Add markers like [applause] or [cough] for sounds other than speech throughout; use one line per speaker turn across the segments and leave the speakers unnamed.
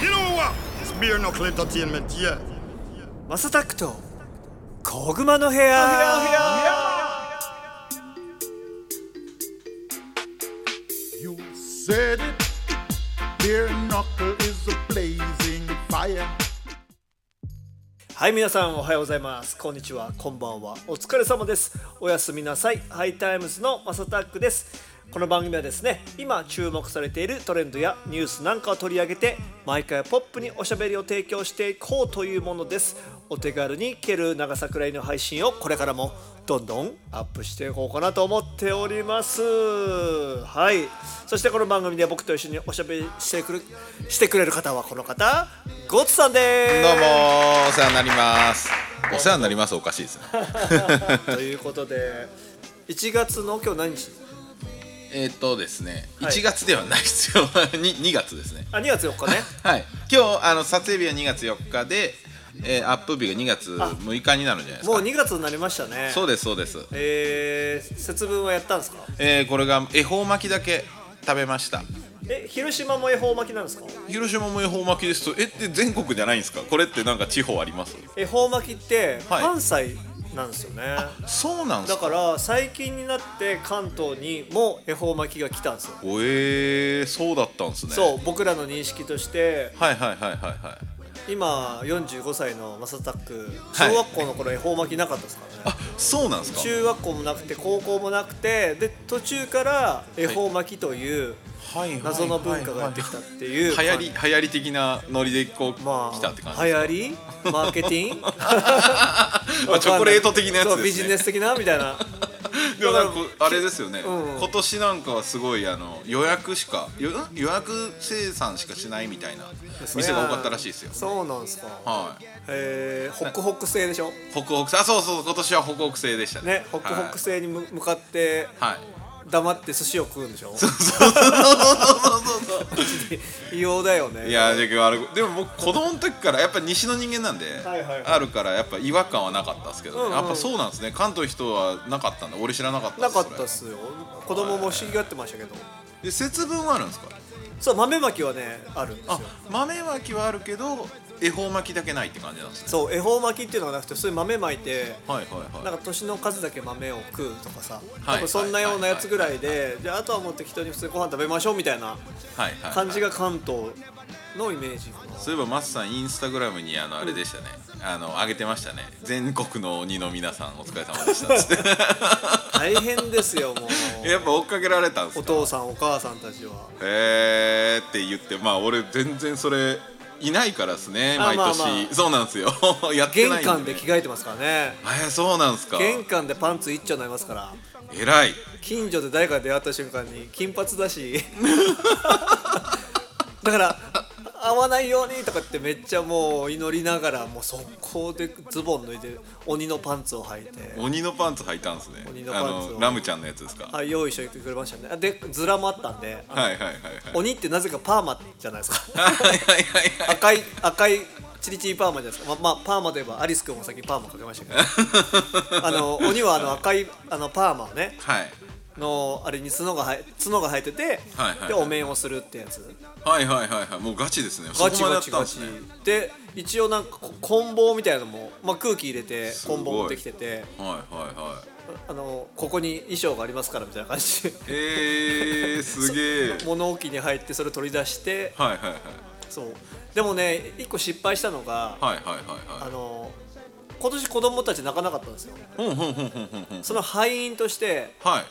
You know what? It's beer knuckle entertainment, yeah.
マサタクと小熊の部屋
You said it. Beer knuckle is a blazing fire.
はい皆さんおはようございますこんにちはこんばんはお疲れ様ですおやすみなさいハイタイムズのマサタックですこの番組はですね今注目されているトレンドやニュースなんかを取り上げて毎回ポップにおしゃべりを提供していこうというものですお手軽に聞ける長桜井の配信をこれからもどんどんアップしていこうかなと思っておりますはいそしてこの番組で僕と一緒におしゃべりしてくるしてくれる方はこの方ゴッツさんです
どうもお世話になりますお世話になりますおかしいですね
ということで1月の今日何日
えーっとですね、
はい
1月ではないですよ 2, 2月ですね
あ2月4日ね [laughs]
はい今日あの撮影日は2月4日で、えーアップ日が2月6日になるんじゃないです
もう
か
2月になりましたね
そうですそうです、
えー、節分はやったんですか
えーこれが恵方巻きだけ食べました
え広島も恵方巻きなんですか
広島も恵方巻きですとえって全国じゃないんですかこれってなんか地方あります
恵方巻きって
はい
関西なんですよね、
そうなんで
だ
すか
から最近になって関東にも恵方巻きが来たんですよ、
おえー、そうだったんですね
そう僕らの認識として
はいはいはいはいはい
今45歳のマサタック
はい
小学校の頃恵方巻きなかったですからね、
あそうなんですか
中学校もなくて高校もなくてで途中から恵方巻きという
はいはい
謎の文化がやってきたっていう
流行り流行り的なノリでこう、
まあ
来たって感じ
流
ですか
行りマーケテ
[laughs]
ィング
まあチョコレート的なやつです、
そう
ね、
ビジネス的なみたいな
でもなんかこうあれですよね、
うん
今年なんかはすごいあの予約しか予予約生産しかしないみたいな [laughs] 店が多かったらしいですよ
そうなんですか
はい
えー、ホクホク製でしょ
北北あそうそう今年は北北製でしたね
ねホクホク製にむ向かって
はい、はい
黙って寿司を食うんでしょ
そうそうそうそうそうそう
[laughs] 異様だよね
いやであれでも僕子供の時からやっぱ西の人間なんで、
はいはいはい
あるからやっぱ違和感はなかったですけど、ね
うんうん
やっぱそうなんですね関東の人はなかったんで俺知らなかった
なかっ
そ
た
れ
っすよ子供も不思議がってましたけど
で節分はあるんですか
そう豆巻きはねあるんですよ
あ豆巻きはあるけど恵方巻きだけないって感じなんですね
そう恵方巻きっていうのがなくて普通に豆巻いて
はいはい
な
は
ん
い
か年の数だけ豆を食うとかさ、
はい
多分そんなようなやつぐらいでであとはもう適当に普通にご飯食べましょうみたいな
はいはい
感じが関東のイメージかな
そういえばマスさんインスタグラムにあのあれでしたねあの上げてましたね全国の鬼の皆さんお疲れ様でしたっつ
[laughs]
って
大変ですよも
[laughs]
う
やっぱ追っかけられたんです
お
か
父さんお母さんたちは
えーって言ってまあ俺全然それいないからですね
あ
毎年、
まあまあ
そうなんですよ [laughs] やって
玄
ないんで、ね、
関で着替えてますからね
えーそうなんですか
玄関でパンツ一丁になりますから
えらい
近所で誰かに出会った瞬間に金髪だし [laughs] だから会わないようにとかってめっちゃもう祈りながらもう速攻でズボン脱いで鬼のパンツを履いて
鬼のパンツ履いたんですね
鬼のパ
あ
ンツを
のラムちゃんのやつですか
あ用意してくれましたねあでズラもあったんで、あの
はいはいはいはい
鬼ってなぜかパーマじゃないですか [laughs]
はいはいはいはい
赤い赤いチリチリパーマじゃないですかままあパーマといえばアリス君も先にパーマかけましたけ
[laughs]
どあの鬼はあの赤いあのパーマをね
はい
のあれに角が生え角が生えてて、
はいはいはい
でお面をするってやつ
はいはいはいはいもうガチですね
ガチ
そこ
ガ
までやっ
チ
た
ガ
んで
チ
すね
で一応なんかこ棍棒みたいなのも、まあ、空気入れて
すごい
棍棒持ってきてて
はいはいはい
あのここに衣装がありますからみたいな感じで
えー、す
[laughs]
げえ
物置に入ってそれ取り出して
はいはいはい
そうでもね一個失敗したのが、
はいはいはい
あ
は
の今年子供たち泣かなかったんですよ
いうんうんうんうんうん
その敗因として
はい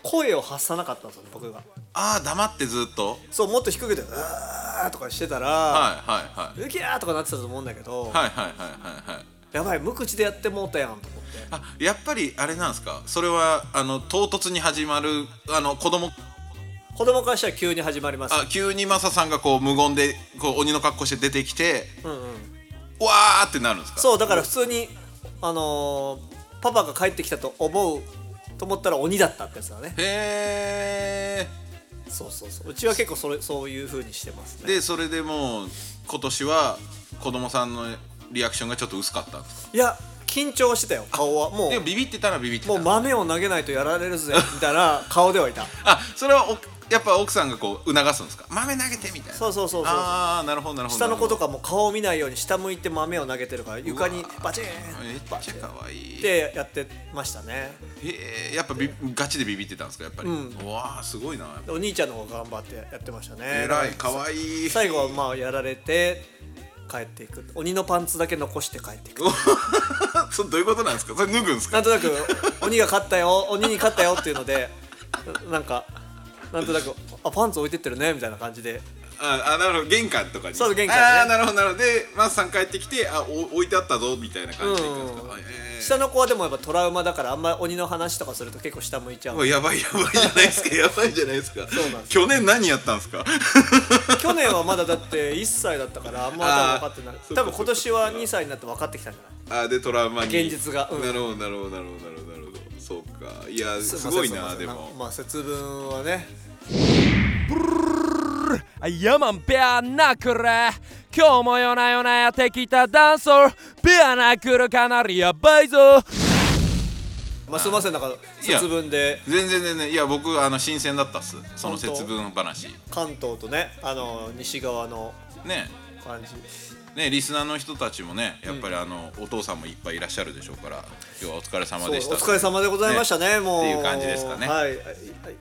声を発さなかったんですよね僕が
ああ黙ってずっと
そうもっと低くて「うー」とかしてたら「
はいはいは
うぎゃー」とかなってたと思うんだけど、
いはいはいはいはいはい
やばい無口でやってもうたやんと思って
あやっぱりあれなんですかそれはあの唐突に始まるあの子供
子供からしたら急に始まります
あ急にマサさんがこう無言でこう鬼の格好して出てきて
うんうん、
わーってなるんですか
そうだから普通に、あのーパパが帰ってきたと思うと思ったら鬼だったってやつだね
へえ
そうそうそううちは結構それそういう風にしてますね
でそれでもう今年は子供さんのリアクションがちょっと薄かったんですか
いや緊張してたよ顔はも
でもビビってたらビビって
うも
た [laughs]
う豆を投げないとやられるぜみたいな顔ではいた
あそれはおやっぱ奥さんがこう促すんですか豆投げてみたいな
そうそうそうそう
ああなるほどなるほど
下の子と
か
かも顔を見ないように下向いて豆を投げてるから床にバチー
めっ
ンバチ
ちゃ
ーン
可愛い
っ
で
てやってましたね
えやっぱびガチでビビってたんですかやっぱり、
う
うわあすごいなやっぱ
お兄ちゃんの方が頑張ってやってましたね
偉い可愛い
最後はまあやられて帰っていく鬼のパンツだけ残して帰っていく
[laughs] それどういうことなんですかそれ脱ぐんです
なん
か
となく鬼が勝ったよ鬼に勝ったよっていうのでななんかなんとなくあパンツ置いてってるねみたいな感じで
ああなるほど玄関とかに
そう玄関ね
ああなるほどなるほどでマスさん帰ってきてあお置いてあったぞみたいな感じで行くんですか、
うん
あえー
下の子はでもやっぱトラウマだからあんまり鬼の話とかすると結構下向いちゃ
うわ
う
やばいやばいじゃないですかやばいじゃないですか
そうなんです
去年何やったんですか
去年はまだだって1歳だったからあんま多分分かって
あー
ない多分今年は2歳になって分かってきたんじゃない
あーでトラウマに
現実がうん
なるほどなるほどなるほどなるほどなるほどそうかいやす
ま
ご
せん
い
す
な
ません
で
な
も
まあ節分はね
Ja man bear nakure 今日も夜な夜なやってきたダンソーベアナクルかなりやばいぞ
まあすいませんなんか
いや
節分で
全然全然いや僕あの新鮮だったっすその節分話
関東とねあの西側の
ね
感じ
ねリスナーの人たちもねやっぱりあの、お父さんもいっぱいいらっしゃるでしょうから今日はお疲れ様
そう
でした
お疲れ様でございましたねもう
っていう感じですかね
はい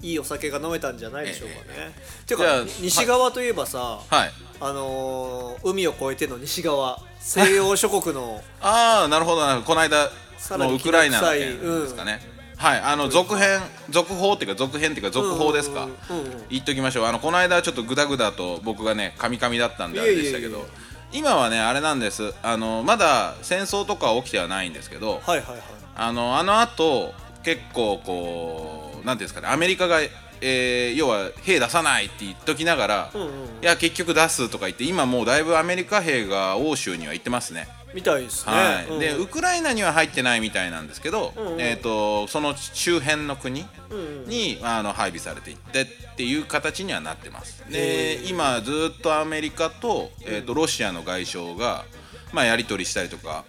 いいお酒が飲めたんじゃないでしょうかね、
え
ていうか
じゃあ
西側といえばさ、
はい
あのー海を越えての西側西洋諸国
[laughs]
の
ああなるほどなるほどこの間
さらに
のウクライナの
記
件
録祭うん
ですかね、はいあの続編続報っていうか続編っていうか続報ですか、
うんうんうんうん
言っときましょうあのこの間ちょっとグダグダと僕がねカミカミだったんであ
いえ
れ
いえいえ
でしたけど今はねあれなんですあのまだ戦争とかは起きてはないんですけど、
はいはいはい
あのあの後結構こうなんていうんですかねアメリカが、えー要は兵出さないって言っときながら、
んうん
いや結局出すとか言って今もうだいぶアメリカ兵が欧州には行ってますね。
みたいですね、
はい
うん
でウクライナには入ってないみたいなんですけど、
んうん
えー、とその周辺の国
んうん
に、あの配備されていってっていう形にはなってます
へ
で今ずっとアメリカと,、えー、とロシアの外相が、まあ、やり取りしたりとか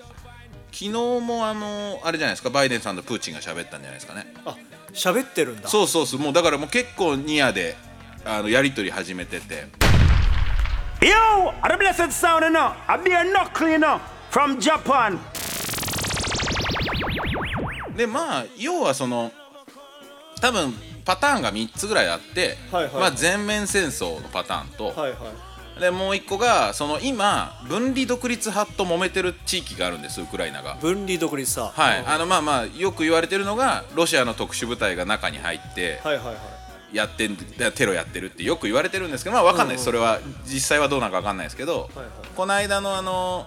昨日もあのあれじゃないですかバイデンさんとプーチンが喋ったんじゃないですかね
あ喋ってるんだ
そうそうそうもうだからもう結構ニアであのやり取り始めてて
Yo, are the blessed sound you know. I be a knuckle you know, from Japan.
でまあ要はその多分パターンが3つぐらいあって、
はいはい
まあ、全面戦争のパターンと、
はいはい
でもう1個がその今分離独立派と揉めてる地域があるんですウクライナが。
分離独立さ
はい、
うん
あのまあまあよく言われてるのがロシアの特殊部隊が中に入って
はいはいはい
やってんテロやってるってよく言われてるんですけどまあ分かんないですそれは実際はどうなのか分かんないですけど、
はい
この間のあの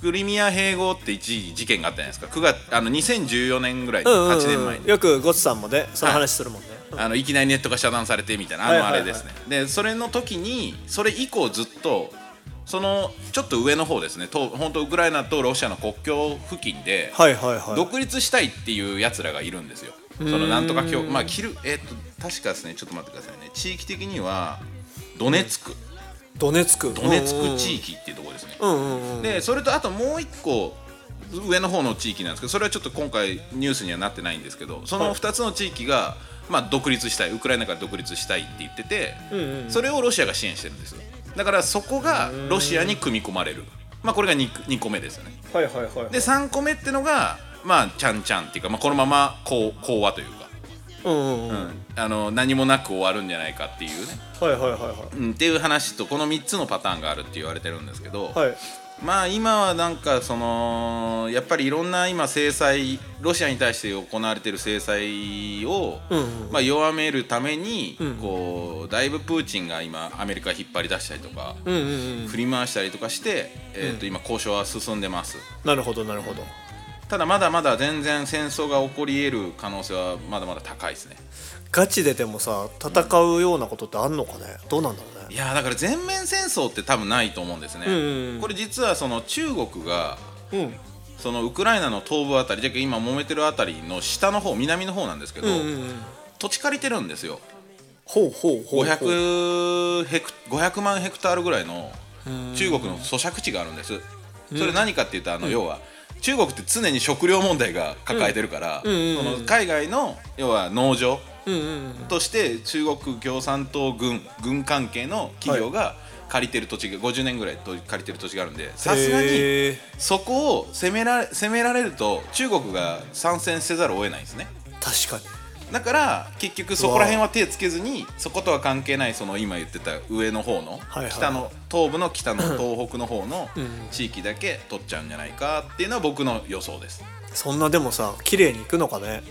クリミア併合って一時事件があったじゃないですか9月あの2014年ぐらいに、
うんうんうん
8年前に
よくゴツさんもねその話するもんね、
あのいきなりネットが遮断されてみたいなあ
はい
の
はい
あ
はい
れですね、でそれの時にそれ以降ずっとそのちょっと上の方ですねと本当ウクライナとロシアの国境付近で
はいはいはい
独立したいっていうやつらがいるんですよそのなんとか共まあキルえっと確かですねちょっと待ってくださいね地域的にはドネツク
ドネツク
ドネツク地域っていうところですね、
うんうんうんうん
でそれとあともう一個上の方の地域なんですけどそれはちょっと今回ニュースにはなってないんですけどその2つの地域が、まあ、独立したいウクライナから独立したいって言ってて、それをロシアが支援してるんですよだからそこがロシアに組み込まれる、まあ、これが 2, 2個目ですよね
はいはいはい
で3個目ってのがまあちゃんちゃんっていうか、まあ、このままこう講和というか、
うんうんうんはい
あの何もなく終わるんじゃないかっていうね、
はいはいは
うん、っていう話とこの3つのパターンがあるって言われてるんですけど、
いはい
まあ今はなんかそのやっぱりいろんな今制裁ロシアに対して行われている制裁を、まあ、弱めるために、こうだいぶプーチンが今アメリカ引っ張り出したりとか、
うんうんうん
振り回したりとかして、えー、と今交渉は進んでます
なるほどなるほど
ただまだまだ全然戦争が起こり得る可能性はまだまだ高いですね
ガチででもさ戦うようなことってあんのかねどうなんだろうね
いやーだから全面戦争って多分ないと思うんですね、
んうん
これ実はその中国が
うん
そのウクライナの東部あたりじゃあ今揉めてるあたりの下の方南の方なんですけど、土地借りてるんですよ
ほうほうほうほう
500ヘク500万ヘクタールぐらいの中国の租借地があるんですそれ何かっていうとあの要は中国って常に食料問題が抱えてるからその海外の要は農場として中国共産党軍軍関係の企業が借りてる土地が50年ぐらいと借りてる土地があるんでさすがに
へー
そこを攻められ攻められると中国が参戦せざるを得ないんですね。
確か
だから結局そこら辺は手つけずにそことは関係ないその今言ってた上の方の
はいはい
北の東部の
[laughs]
北の東北の方の地域だけ取っちゃうんじゃないかっていうのは僕の予想です
にそんなでもさ綺麗にいくのかね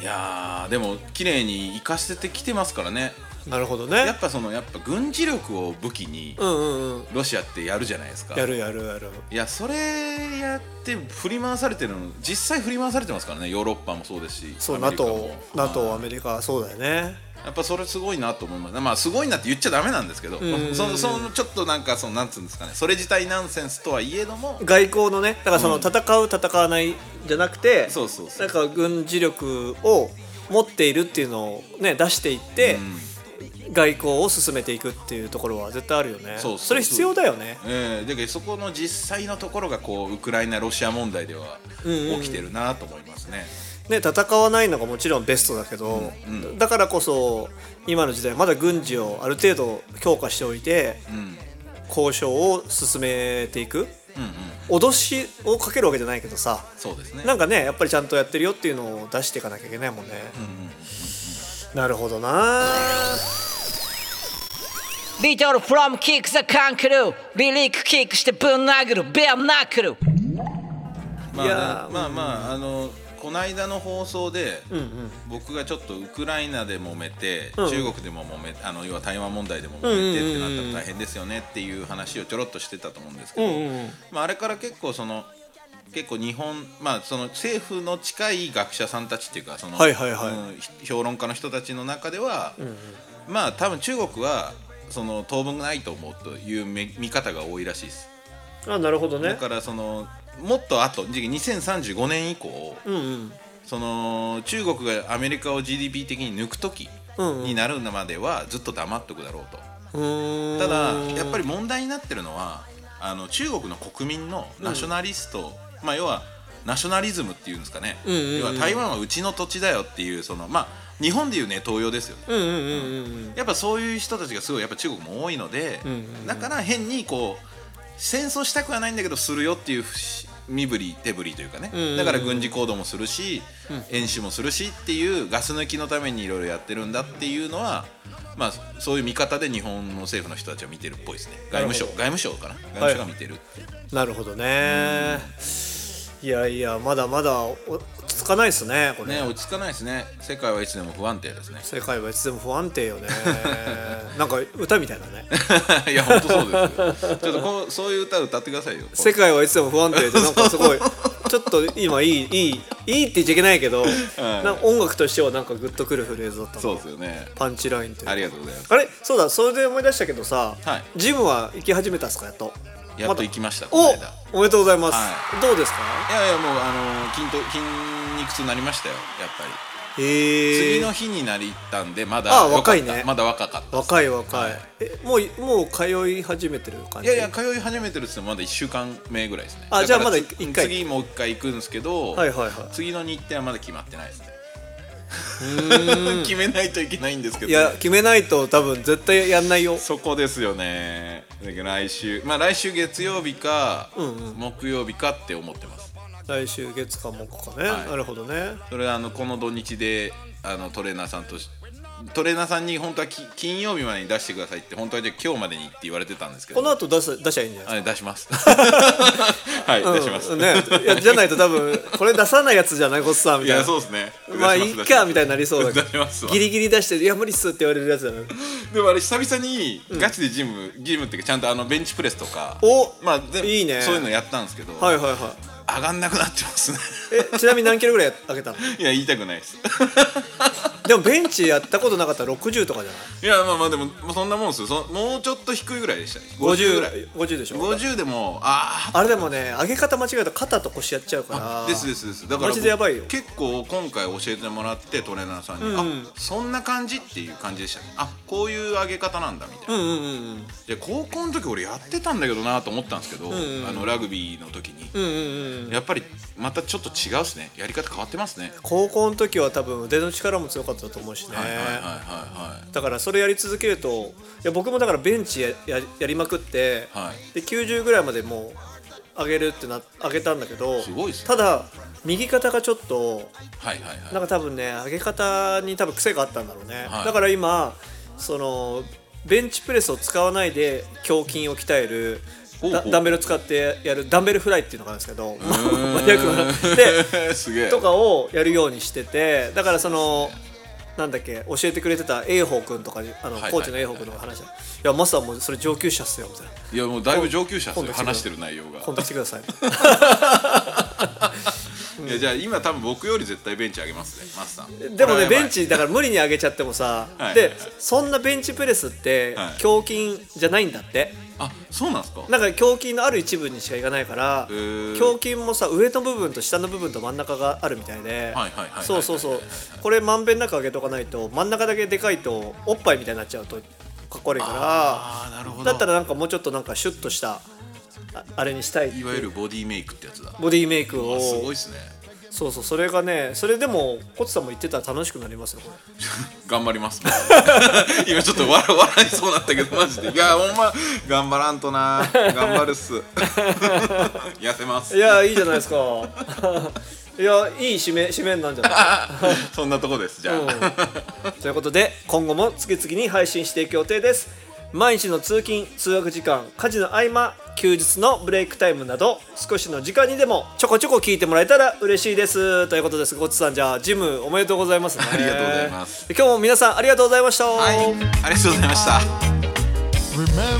いやーでも綺麗に生かせてきてますからね
なるほど
[laughs] や
ね
っぱそのやっぱ軍事力を武器に
うんうんうん
ロシアってやるじゃないですか
やるやるやる
いやそれやって振り回されてるの実際振り回されてますからねヨーロッパもそうですし
そう
アメリカも
NATO NATO アメリカそうだよね
やっぱそれすごいなと思いますまあすごいなって言っちゃダメなんですけど、そのそのちょっとなんかそのなんつうんですかねそれ自体ナンセンスとはいえども
外交のねだからその戦う戦わないじゃなくて、
そうそうそう
なんか軍事力を持っているっていうのをね出していって、外交を進めていくっていうところは絶対あるよね
そうそう
れ必要だよね
ええだけどそこの実際のところがこうウクライナロシア問題では起きてるなと思いますね、
ね戦わないのがもちろんベストだけど、だからこそ今の時代まだ軍事をある程度強化しておいて、交渉を進めていく、脅しをかけるわけじゃないけどさ
そうですね
なんかねやっぱりちゃんとやってるよっていうのを出していかなきゃいけないもんね、なるほどな
Little from kick the kangaroo リリックキックしてぶん殴るベアナックル
まあ
い
ね、
やー
まあまああのこの間の放送で、僕がちょっとウクライナで揉めて、中国でも揉めあの要は台湾問題でも揉めてってなったら大変ですよねっていう話をちょろっとしてたと思うんですけど、まあ、あれから結構その結構日本、まあ、その政府の近い学者さんたちっていうかその、
はいはいはい
うんひ評論家の人たちの中では、まあ多分中国はその当分ないと思うという見見方が多いらしいです。
あなるほど
だ
ね
からそのもっとあと2035年以降、
うんうん
その中国がアメリカを GDP 的に抜く時
うんうん
になるまではずっと黙っとくだろうと、
うーん
ただやっぱり問題になってるのはあの中国の国民のナショナリスト、まあ要はナショナリズムっていうんですかね、
んうんうん
要は台湾はうちの土地だよっていうそのまあ日本でいうね東洋ですよね
うんうんうんうん
やっぱそういう人たちがすごいやっぱ中国も多いので、
んうんうん
だから変にこう戦争したくはないんだけどするよっていう節身振り手振りというかね、
んうんうん
だから軍事行動もするし、演習もするしっていうガス抜きのためにいろいろやってるんだっていうのは、まあ、そういう見方で日本の政府の人たちは見てるっぽいですね外務省
な
外務省かな外務省が見てるって、
なるほどねいやいやまだまだお落ち着かないですねこれ
ね落ち着かないですね世界はいつでも不安定
[laughs]
ですね
世界はいつでも不安定よ
[laughs]
ねなんか歌みたいだね
いや本当そうですよちょっとこうそういう歌歌ってくださいよ
世界はいつでも不安定でなんかすごいちょっと今いいいいいいって言っちゃいけないけど、なんか音楽としてはなんかグッとくるフレーズだった
そう
の
ですよね
パンチラインっていうか
ありがとうございます
あれそうだそれで思い出したけどさ、
はい
ジムは行き始めたっすかやっと
やっと行きましたこの間
おおめでとうございます、
は
どうですか
いやいやもうあの筋と筋肉痛になりましたよやっぱり、
え
次の日になりたんでまだ
あ
良か
若
った
いね
まだ若かった
若い若い、
はい
えもうもう通い始めてる感
い
じ
やいや通い始めてるっつってもまだ1週間目ぐらいですね
あ
から
じゃあまだ
つ
一回
次もう一回行くんですけど、
はいはいはい
次の日程はまだ決まってないですね [laughs] 決めないといけないんですけど
いや決めないと多分絶対やんないよ
そこですよねだけど来週まあ来週月曜日か、木曜日かって思ってます
来週月か木かね、
はい
なるほどね
それはあのこの土日であのトレーナーさんとしトレーナーさんに本当はき金曜日までに出してくださいって本当はじゃあ今日までにって言われてたんですけど
この後出す出しゃいいんじゃない
あ出します [laughs] はい、出します、
うんね、いやじゃないと多分これ出さないやつじゃないごっさんみ
[laughs] い
たいな
やそうですね
まあいいかみたいになりそうだ
[laughs] けど出しますわ
ギリギリ出して「いや無理っす」って言われるやつだね
でもあれ久々にガチでジム、ジムっていうかちゃんとあのベンチプレスとか
お
まあ全部
いいね
そういうのやったんですけど、
はいはいは
上がんなくなってますね
いえちなみに何キロぐらい上げ
[laughs]
たの
いや言いたくないです
でもベンチやったことなかったら60とかじゃない
いやまあまあでもそんなもんですよそもうちょっと低いぐらいでしたね50ぐらい
50でしょ
50でもああ
あれでもね上げ方間違えたら肩と腰やっちゃうから
ですですですだから
マジでやばいよ
結構今回教えてもらってトレーナーさんに、あそんな感じっていう感じでしたねあこういう上げ方なんだみたいな、
うんうんうんうん
で高校の時俺やってたんだけどなと思ったんですけど、あのラグビーの時に、
うんうんうん
やっぱりまたちょっと違違うっすねやり方変わってますね
高校の時は多分腕の力も強かったと思うしね、
はいはいはいは
だからそれやり続けるといや僕もだからベンチやややりまくって、
はい
で90ぐらいまでもう上げるってな上げたんだけど
すごいっすね
ただ右肩がちょっと
いはいはいはい
なんか多分ね上げ方に多分癖があったんだろうね、
はい
だから今そのベンチプレスを使わないで胸筋を鍛える
ほうほう
ダダンベルを使ってやるダンベルフライっていうのがあるんですけどマニアックなで
すげえ
とかをやるようにしててだからそのなんだっけ教えてくれてた英邦君とかにあの、
はいはい
コーチの英邦君の話だいやマスターもうそれ上級者っすよ」
[laughs]
みたいない
やもうだいぶ上級者っす
今
よ
度来て
話してる内容
「
が
今度来てください」
いやじゃあ今多分僕より絶対ベンチ上げますねマスター
でもね
これはやばい
ベンチだから無理に上げちゃってもさ、
はい
でそんなベンチプレスって
はい
胸筋じゃないんだって、
あそうなんですか
なんか胸筋のある一部にしかいかないから
へー
胸筋もさ上の部分と下の部分と真ん中があるみたいで
はいはいはいはい
そうそうそうこれまんべんなく上げとかないと真ん中だけでかいとおっぱいみたいになっちゃうとかっこ悪い
あ
か
ーなるほ
ら
ど
だったらなんかもうちょっとなんかシュッとしたああれにしたいって
い
いう
わゆるボディメイクってやつだ
ボディメイクを
あすごいっすね
そうそうそれがねそれでもコツさんも言ってたら楽しくなりますよこれ。
頑張ります [laughs] 今ちょっと笑笑いそうになったけどマジでいやほんま頑張らんとな頑張るっす痩せます
いやいいじゃないですか [laughs] いやいい締め締めになんじゃない
そんなとこですじゃあ、
ということで今後も次々に配信していく予定です毎日の通勤通学時間家事の合間休日のブレイクタイムなど少しの時間にでもちょこちょこ聞いてもらえたら嬉しいですということですごちさんじゃあジムおめでとうございますね
ありがとうございます
今日も皆さんありがとうございました、
はいありがとうございました
Remember